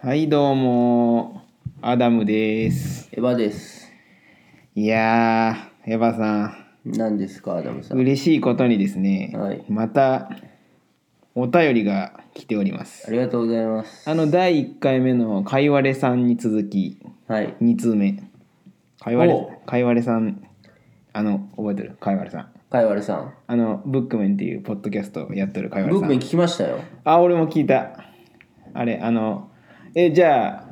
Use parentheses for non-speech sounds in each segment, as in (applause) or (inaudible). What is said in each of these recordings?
はいどうもアダムですエヴァです。いやーエヴァさ何ですか、アダムさんん。嬉しいことにですね、はいまたお便りが来ておりまあすりがとうございます。あの第1回目のかいわれさんに続きはい。 2通目かいわれおうかいわれさんあの覚えてるかいわれさんかいわれさん。あのブックメンっていうポッドキャストをやってるかいわれさブックメンん聞きましたよ。あ俺も聞いたあれあのえじゃ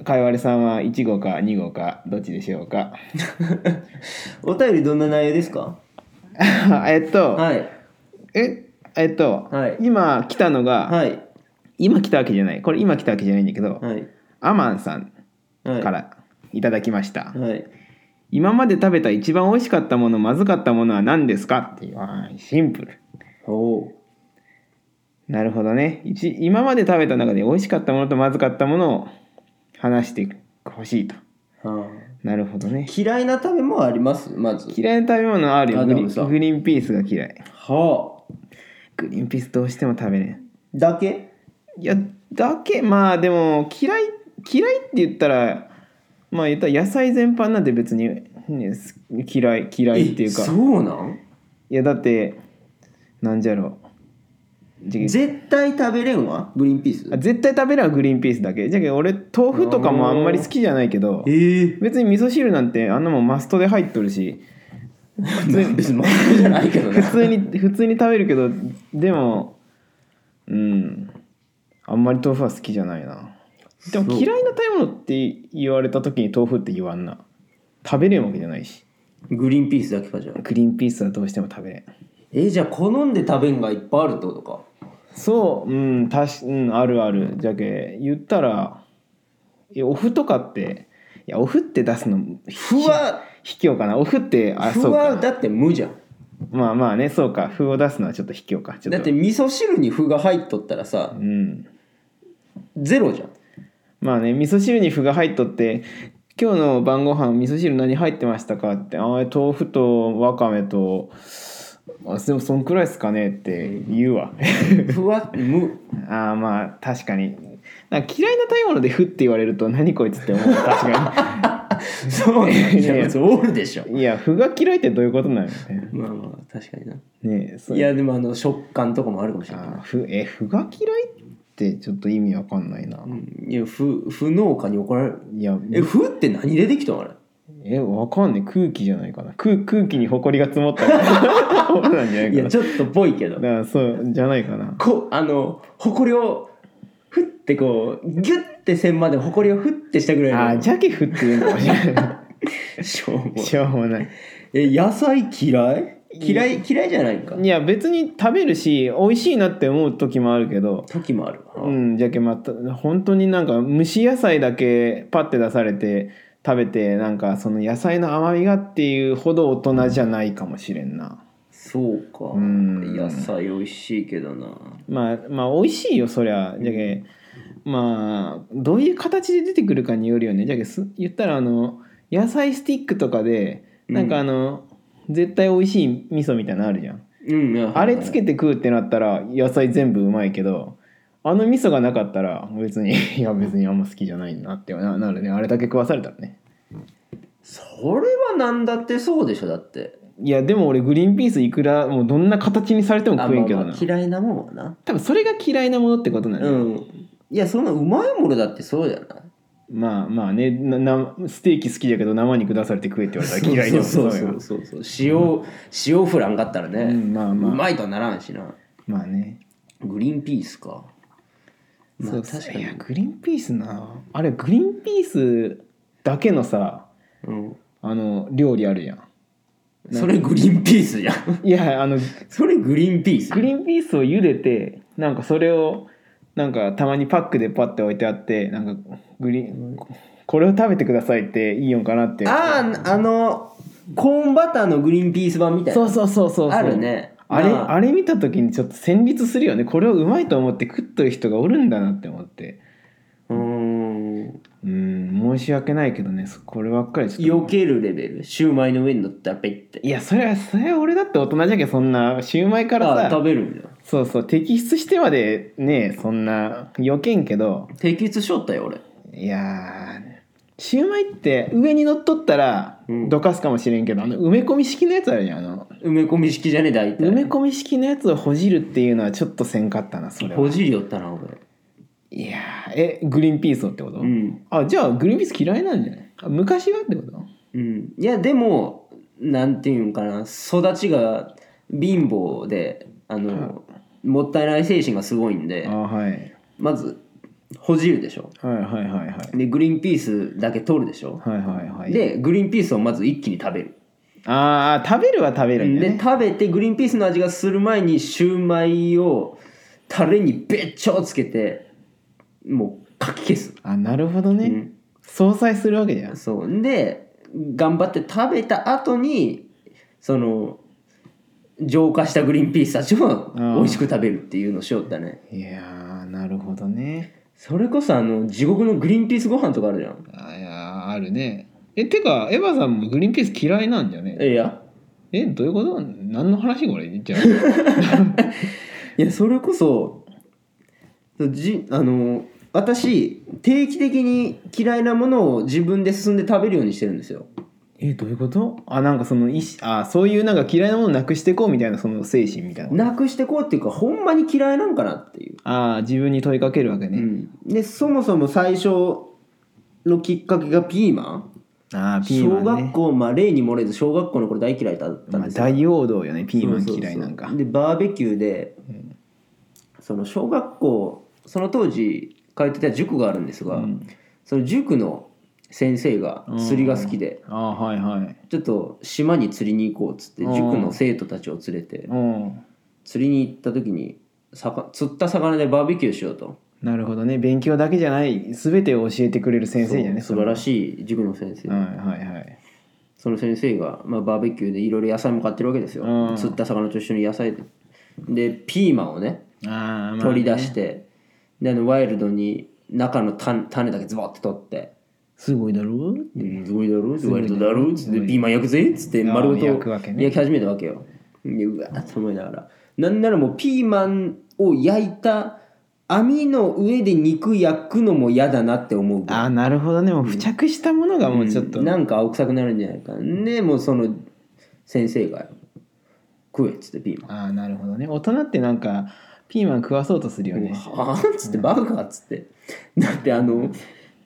あかいわれさんは1号か2号かどっちでしょうかお便りどんな内容ですか (laughs) えっと、はい。ええっと、はい今来たのが、はい。今来たわけじゃないこれ今来たわけじゃないんだけど、はい。アマンさんはい。からいただきました、はい。今まで食べた一番美味しかったものまずかったものは何ですかっていうあーシンプルおおなるほどね一今まで食べた中で美味しかったものとまずかったものを話してほしいとー。はなるほどねあ嫌いな食べもありますまず。嫌いな食べ物あるよあグリでもさグリーンピースが嫌いはあ。グリーンピースどうしても食べれんだけいやだけまあでも嫌い嫌いって言ったらまあ言ったら野菜全般なんて別に、ねす嫌い嫌いっていうかえそうなんいやだってなんじゃろうじ絶対食べれんわグリーンピースあ。絶対食べるのはグリーンピースだけじゃけ俺豆腐とかもあんまり好きじゃないけどええ別に味噌汁なんてあんなもんマストで入っとる (laughs) し別にマグじゃないけどね普。通に普通に食べるけどでもうんあんまり豆腐は好きじゃないなでもそう嫌いな食べ物って言われた時に豆腐って言わんな食べれんわけじゃないしグリーンピースだけかじゃあ。グリーンピースはどうしても食べれんえじゃあ好んで食べんがいっぱいあるってことか。そううんたし、うん、あるあるじゃけ言ったらいやお麩とかっていやお麩って出すのふわ、卑怯かなお麩ってあそふうわかだって無じゃん。まあまあねそうか麩を出すのはちょっと卑怯かちょっとだって味噌汁に麩が入っとったらさうんゼロじゃ (laughs) んまあね味噌汁に麩が入っとって「今日の晩ご飯味噌汁何入ってましたか?」って「あー豆腐とわかめとあでもそんくらいですかね」って言うわ (laughs) ふわむああまあ確かになんか嫌いな食べ物で「ふ」って言われると「何こいつ」って思う確かそういややそうおるでしょ (laughs) にいや「ふ」が嫌いってどういうことなのねまあまあ確かになねえそういやでもあの食感とかもあるかもしれないあーふえ「ふ」が嫌いってちょっと意味わかんないな、うんいやふ不農家に怒られるいやえふって何でできたのあれえわかんねえ空気じゃないかな空空気に埃が積 (laughs) もったみたいなそうなんじゃないかないやちょっとぽいけどだからそうじゃないかなこうあのほこりをふってこうギュッて線までほこりをふってしたぐらいのあージャケフっていうのかもしれなしょうもい (laughs) しょうもないえ野菜嫌い嫌い嫌いじゃないんかいや別に食べるし美味しいなって思う時もあるけど時もあるわうんじゃけまた本当になんか蒸し野菜だけパッて出されて食べてなんかその野菜の甘みがっていうほど大人じゃないかもしれんなそうかん野菜美味しいけどなまあまあ美味しいよそりゃじゃけまあどういう形で出てくるかによるよねじゃけす言ったらあの野菜スティックとかでなんかあの、絶対美味しい味噌みたいなのあるじゃんうんいやあれつけて食うってなったら野菜全部うまいけどあの味噌がなかったら別にいや別にあんま好きじゃないなってななるねあれだけ食わされたらねそれはなんだってそうでしょだっていやでも俺グリーンピースいくらもうどんな形にされても食えんけどあまあなまあ嫌いなもんはな多分それが嫌いなものってことなのうよ、んいやそんなうまいものだってそうじゃないまあまあねななステーキ好きだけど生肉出されて食えって言われたら嫌いでもそうそうそうそうそう塩塩振らんかったらね、ううんまあまあまいとはならんしなまあね、グリーンピースかまあそう確かいにやグリーンピースなあれグリーンピースだけのさうんあの料理あるやんそれグリーンピースじゃんいやあのそれグリーンピースグリーンピースを茹でてなんかそれをなんかたまにパックでパッて置いてあってなんかグリーンこれを食べてくださいっていいのかなってあああのコーンバターのグリーンピース版みたいなそうそうそうそうそうあるねあれまああれ見た時にちょっと戦慄するよねこれをうまいと思って食っとる人がおるんだなって思ってうーんうん申し訳ないけどねそこればっかりちょっと避けるレベルシューマイの上に乗ったらペッていやそれはそれは俺だって大人じゃけんそんなシューマイからあさ食べるんだそうそう摘出してまでねそんなよけんけど提出しよったよ俺いやーシューマイって上に乗っとったらうんどかすかもしれんけど、あの埋め込み式のやつあるやんあの埋め込み式じゃねえ大体埋め込み式のやつをほじるっていうのはちょっとせんかったなそれほはじりよったな俺いやーえグリーンピースをってこと、うんあじゃあグリーンピース嫌いなんじゃないあ昔はってことうんいやでもなんていうんかな育ちが貧乏であの、もったいない精神がすごいんであはいまずほじるでしょはいはいはいはいでグリーンピースだけ取るでしょはいはいはいでグリーンピースをまず一気に食べるああ食べるは食べるんだよでね食べてグリーンピースの味がする前にシューマイをタレにべっちょつけてもうかき消す、あなるほどね、うん相殺するわけじゃんそうで頑張って食べた後にその浄化したグリーンピースたちをうん美味しく食べるっていうのをしよったねいやーなるほどねそれこそあの地獄のグリーンピースご飯とかあるじゃんあいやーあるねえてかエヴァさんもグリーンピース嫌いなんじゃねいやえどういうこと何の話これ言っちゃういやそれこそじあの私定期的に嫌いなものを自分で進んで食べるようにしてるんですよ (laughs) えどういうことあなんかその意思あそういうなんか嫌いなものなくしていこうみたいなその精神みたいななくしてこうっていうかほんまに嫌いなんかなっていう、ああ自分に問いかけるわけね、でそもそも最初のきっかけがピーマああンピーマン、小ね、学校まあ例に漏れず小学校の頃大嫌いだったんまあですよ、大王道よねピーマンそうそうそう嫌いなんかでバーベキューで、その小学校その当時通ってた塾があるんですが、うんその塾の先生が釣りが好きで、ああはいはいちょっと島に釣りに行こうっつってうん塾の生徒たちを連れてうん釣りに行った時に魚釣った魚でバーベキューしようとなるほどね勉強だけじゃない全てを教えてくれる先生じゃねそう素晴らししい塾の先生、はいはいはいその先生が、まあ、バーベキューでいろいろ野菜も買ってるわけですよ、うん釣った魚と一緒に野菜ででピーマンをねあー、まあね取り出して、であのワイルドに中の種種だけズボッて取ってすごいだろ「うんすごいだろごワいねイルドだろ」っつって「ピーマン焼くぜ」っつってあー丸ごと焼くわけね焼き始めたわけよ、でうわーと思いながらなんならもうピーマンを焼いた網の上で肉焼くのも嫌だなって思うぐらいああなるほどねもう付着したものがもうちょっと、なんか青臭くなるんじゃないかでもうその先生が「食え」っつってピーマンああなるほどね大人ってなんかピーマン食わそうとするよ「ねはあ?」っつって「バカか」っつってだってあの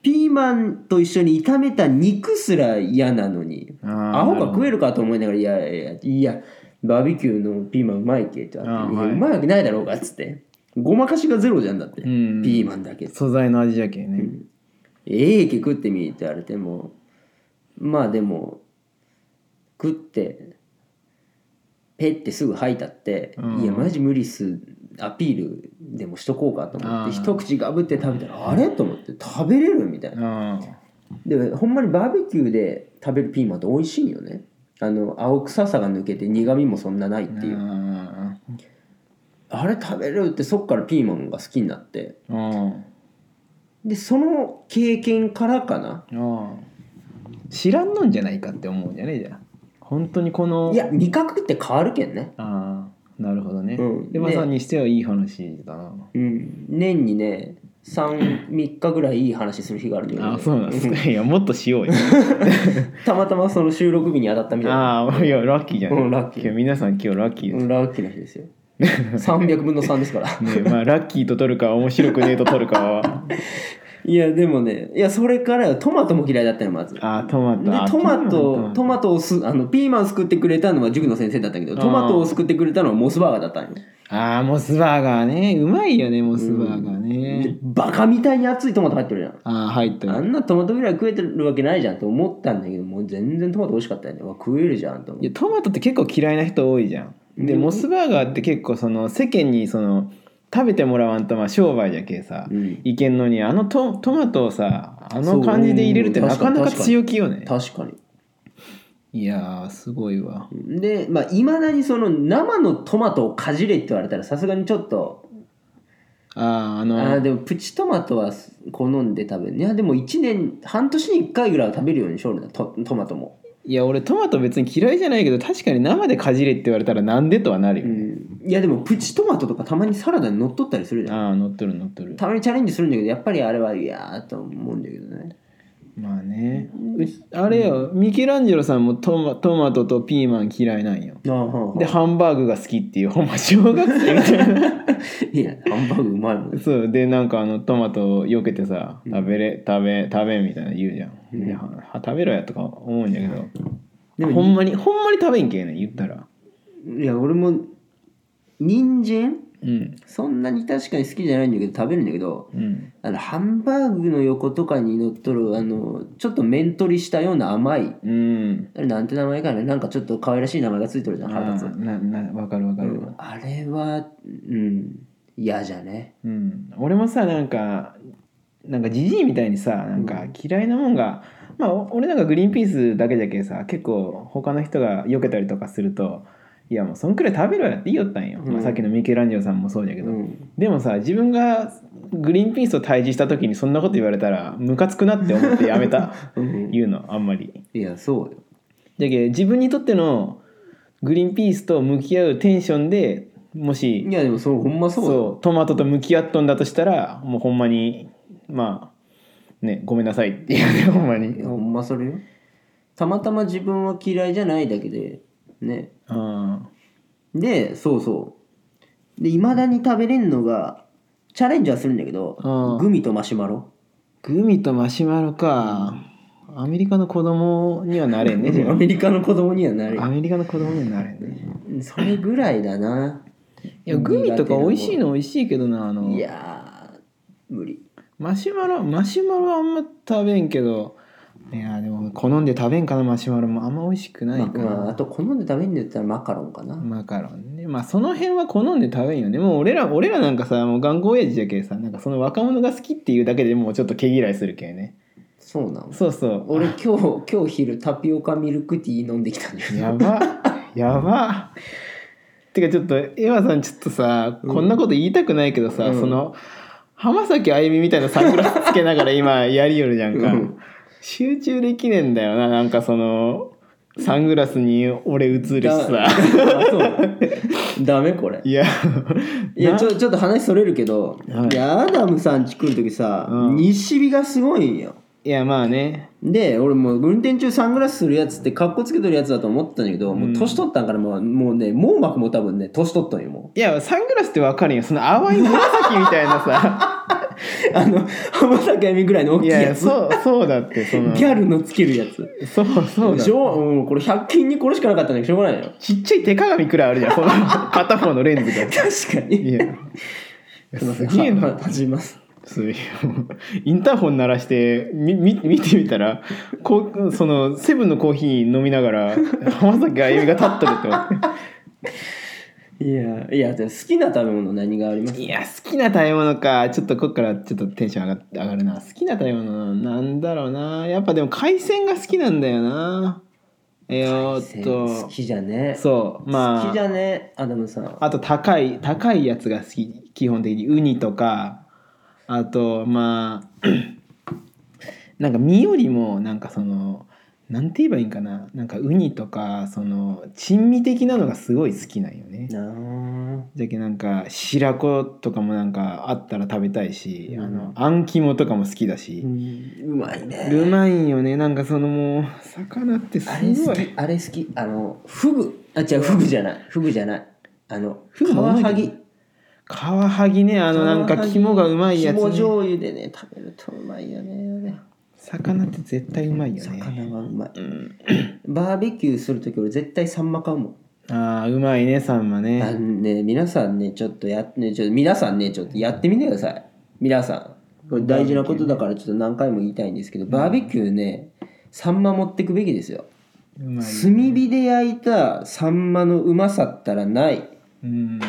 ピーマンと一緒に炒めた肉すら嫌なのにあ「ーアホなるほかど食えるか」と思いながら「いやいやいやいやバーベキューのピーマンうまいけ」って言われてあーはいや「いうまいわけないだろうか」っつってごまかしがゼロじゃんだってピんーマンだけ素材の味じゃけね、ええけ食ってみって言われてもまあでも食ってペッてすぐ吐いたって、うんいやマジ無理っすアピールでもしとこうかと思あってー一口ガブって食べたらあれと思って食べれるみたいなあでほんまにバーベキューで食べるピーマンって美味しいんよねあの青臭さが抜けて苦味もそんなないっあていうあれ食べれるってそっからピーマンが好きになってああでその経験からかなああ知らんのんじゃないかって思うんじゃねえじゃあ本当にこのいや味覚って変わるけんねああなるほどね、うんでねまさにしてはいい話だな、うん、年にね33日ぐらいいい話する日があるんだよねああそうなんですかいやもっとしようよ (laughs) たまたまその収録日に当たったみたいなああいやラッキーじゃん、うんラッキーいや皆さん今日ラッキーでうんラッキーな日ですよ300分の3ですから (laughs) す、ねまあラッキーと取るか面白くねえと取るかはいやでもねいやそれからトマトも嫌いだったのまずでああトマトああトマピートントマトをすあのピーマンすくってくれたのは塾の先生だったけどトマトをすくってくれたのはモスバーガーだったんよああモスバーガーねうまいよねモスバーガーね、でバカみたいに熱いトマト入ってるじゃんああ入ったあんなトマトぐらい食えてるわけないじゃんと思ったんだけどもう全然トマト美味しかったよねうわ食えるじゃんと思っいてやトマトって結構嫌いな人多いじゃんで、うんモスバーガーって結構その世間にその食べてもらわんとまあ商売じゃけさ、うんいけんのにあのトトマトをさあそのう感じで入れるってうんなかなか確かに強気よね確かにいやーすごいわでまあいまだにその生のトマトをかじれって言われたらさすがにちょっと、あーああのあーでもプチトマトは好んで食べるいやでも1年半年に1回ぐらいは食べるようにしよるんだトトマトも、いや俺トマト別に嫌いじゃないけど確かに生でかじれって言われたらなんでとはなるうよね、ん、いやでもプチトマトとかたまにサラダに乗っとったりするじゃんああ乗っとる乗っとるたまにチャレンジするんだけどやっぱりあれはいやーと思うんだけどねまあねうあれよミケランジェロさんもトマトマトとピーマン嫌いなんよああはでハンバーグが好きっていうほんま小学生みたいないやハンバーグうまいもんねそうでなんかあのトマトを避けてさ食べれ食べ食べみたいなの言うじゃん、うんでは食べろやとか思うんやけど、でほもんまにほんまに食べんけえねん言ったらいや俺も人参うんそんなに確かに好きじゃないんだけど食べるんだけどうんあのハンバーグの横とかに乗っとるあのちょっと面取りしたような甘いうんあれなんて名前かねなんかちょっと可愛らしい名前がついてるじゃんあ腹立つーななわかるわかる、うんあれはうん嫌じゃねうん、俺もさなんかなんかじじいみたいにさなんか嫌いなもんが、まあお俺なんかグリーンピースだけじゃけさ結構他の人が避けたりとかするといやもうそんくらい食べろやって言いよったんよ、うんまあ、さっきのミケランジェロさんもそうだけど、うんでもさ自分がグリーンピースと対峙した時にそんなこと言われたらムカつくなって思ってやめた (laughs) うん言うのあんまり。いやそうよじゃけ自分にとってのグリーンピースと向き合うテンションでもしいやでもそうほんまそそううよトマトと向き合っとんだとしたらもうほんまにまあねごめんなさいっていうねほんまいにやほんまそれよたまたま自分は嫌いじゃないだけでねあでそうそうでいまだに食べれんのがチャレンジはするんだけあどーグミとマシュマログミとマシュマロかアメリカの子供にはなれんね自ア分メリカの子供にはなるアメリカの子供にはなれんねそれぐらいだないやグミとか美味しいの美味しいけどなあのいやー無理マシュマロマシュマロはあんま食べんけどいやでも好んで食べんかなマシュマロもあんま美味しくないまあかまあ、あらと好んで食べるんだったらマカロンかな、マカロンねまあその辺は好んで食べんよねもう俺ら俺らなんかさもう頑固親父じゃけさなんかその若者が好きっていうだけでもうちょっと毛嫌いするけねそうなのそうそう俺今日今日昼タピオカミルクティー飲んできたんだよ (laughs) やばやばてかちょっとエヴァさんちょっとさ、こんなこと言いたくないけどさ、うんその浜崎あゆみみたいなサングラスつけながら今やりよるじゃんか、うん集中できねえんだよななんかそのサングラスに俺映るしさだ (laughs) あそうダメこれいやいやちょょちょっと話それるけど、はいいやアダムさんち来る時さ、うん西日がすごいんよいやまあねで俺もう運転中サングラスするやつってかっこつけてるやつだと思ってたんだけど、もう年取ったんからもうもうね網膜も多分ね年取ったんよもいやサングラスってわかるよその淡い紫みたいな (laughs) さうあの浜崎あゆみぐらいの大きいいやつやそうそうだってそのギャルのつけるやつそうそうだしょううんこれ100均にこれしかなかったんだけどしょうがないよちっちゃい手鏡くらいあるじゃんその (laughs) 片方のレンズが確かにいやすげえはなは始めますそういうインターホン鳴らしてみみ見てみたらこうそのセブンのコーヒー飲みながら浜崎あゆみが立ってるって思っていやいやで好きな食べ物何がありますいや好きな食べ物かちょっとこっからちょっとテンション上が上がるな好きな食べ物なんだろうなやっぱでも海鮮が好きなんだよなえー、っ好ときじゃねそうま好きじあゃねアダムさんあと高い高いやつが好き基本的にウニとかあとまあ (clears throat) なんか身よりもなんかそのなんて言えばいいんかななんかウニとかその珍味的なのがすごい好きなんよねなあじゃけなんか白子とかもなんかあったら食べたいし、うんあのあん肝とかも好きだしう、んうまいうねまいんよねなんかそのもう魚ってすあれご好いきあれ好きあのフグあ違うフグじゃないフグじゃないあのカワハギカワハギねあのなんか肝がうまいやつ、肝ね、醤油でね食べるとうまいよね魚って絶対うまいよね魚はうまい、んバーベキューする時俺絶対サンマ買うもんああうまいねサンマあのねね皆さんねちょっとやっねちょっと皆さんねちょっとやってみてください皆さんこれ大事なことだからちょっと何回も言いたいんですけどバーベキューねサンマ持ってくべきですようまい炭火で焼いたサンマのうまさったらないうん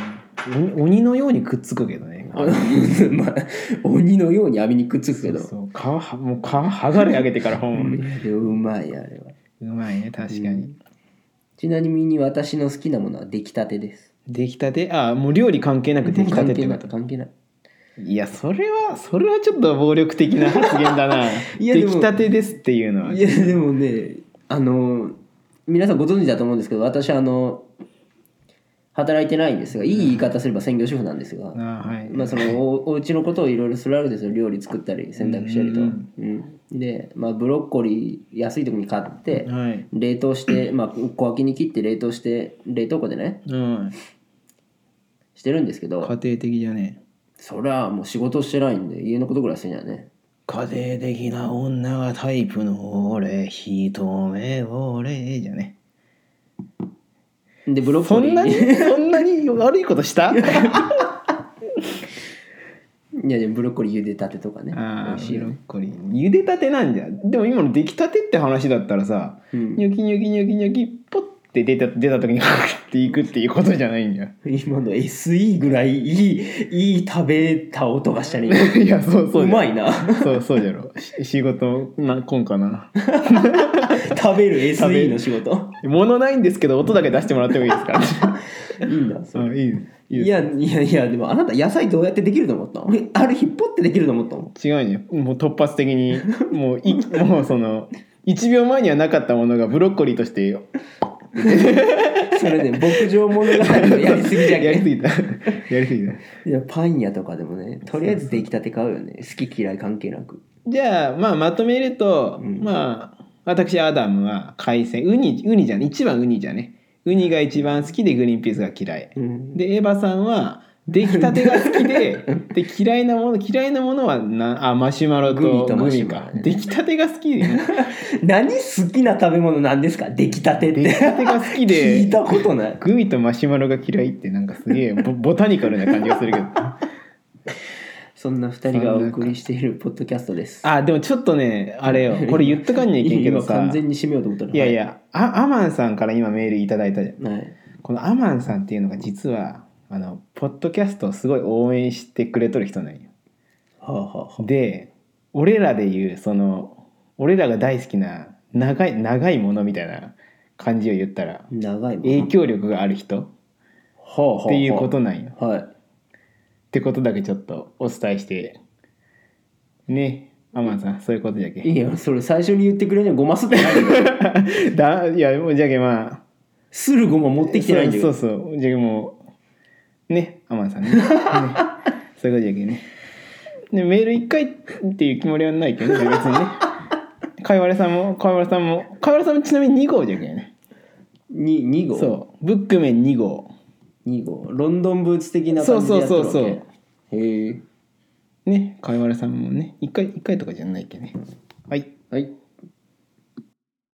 鬼鬼のようにくっつくけどねあの (laughs) まあ鬼のように網にくっつくけどそう皮はもう皮剥がれ上げてからほんまにいやうまいあれはうまいね確かに、ちなみに私の好きなものは出来たてです出来たてああもう料理関係なく出来たて関って係こないと関係ないいやそれはそれはちょっと暴力的な発言だないや出でも来たてですっていうのはいやでもねあの皆さんご存知だと思うんですけど私あの働いてないんですがいい言い方すれば専業主婦なんですが、あはいまあ、そのおお家のことをいろいろするわけですよ料理作ったり洗濯したりと、ううんんで、まあ、ブロッコリー安い時に買ってはい冷凍して、まあ、小分けに切って冷凍して冷凍庫でねうんしてるんですけ家ど庭的じゃねえそりゃもう仕事してないんで家のことぐらいしてんやね家庭的な女がタイプの俺一目惚れじゃねでブロッそコリーん (laughs) なにそんなに悪いことしたあいやでもブロッコリー茹でたてとかねあ美味しいブよロねッコリー茹でたてなんじゃでも今の出来たてって話だったらさうんニョキニョキニョキニョキポッて出た出た時にかっていくっていうことじゃないんじ (laughs) ゃ今の SE ぐらいいいいい食べた音がしたね今いやそうそううじゃまいなそうそうじゃろし仕事なこんかな食べる食べ SE るの仕事物ないんですけど音だけ出してもらってもいいですか (laughs) いいんだそれあいいいいいやいやいやでもあなた野菜どうやってできると思ったのある日ポってできると思ったの違うねもう突発的にもうい (laughs) もうその1秒前にはなかったものがブロッコリーとしてそ (laughs) れね牧場物語の (laughs) やりすぎじゃやりすんぎた (laughs) やりすぎたいやパン屋とかでもねとりあえず出来たて買うよね好き嫌い関係なくじゃあまあまとめると、うんまあ私アダムは海鮮ウニウニじゃね一番ウニじゃねウニが一番好きでグリーンピースが嫌いうんでエヴァさんは出来たてが好き (laughs) でで嫌いなもの嫌いなものはなあマシュマロとグミとマシュかマロね出来たてが好 (laughs) きで何好きな食べ物なんですか出来たてっ出来てたてが好きで聞いたことないグミとマシュマロが嫌いってなんかすげえボボタニカルな感じがするけ (laughs) どそんな二人がお送りしているポッドキャストですあでもちょっとねあれよこれ言っとかんにゃいけんけど (laughs) 今さ完全に締めようと思ったのいやいやあアマンさんから今メールいただいたじゃんはいこのアマンさんっていうのが実はあのポッドキャストをすごい応援してくれとる人なんよはあはあで俺らで言うその俺らが大好きな長い長いものみたいな感じを言ったら長いもん影響力がある人はあはあはあっていうことなんよ、はいってことだけちょっとお伝えしてねアマンさんそういうことじゃけいやそれ最初に言ってくれないごますってない (laughs) よだいやもうじゃけまあするごま持ってきてないんだそようそうそうじゃけもうねアマンさん (laughs) ねねそういうことじゃけねでメール一回っていう気盛りはないけどね別にねかいわれさんもかいわれさんもかいわれさんもちなみに2号じゃけねに2号そうブックメン2号2号ロンドンブーツ的な感じでやってるわけそうそうそうへえねかいわれさんもね一回一回とかじゃないけどねはいはい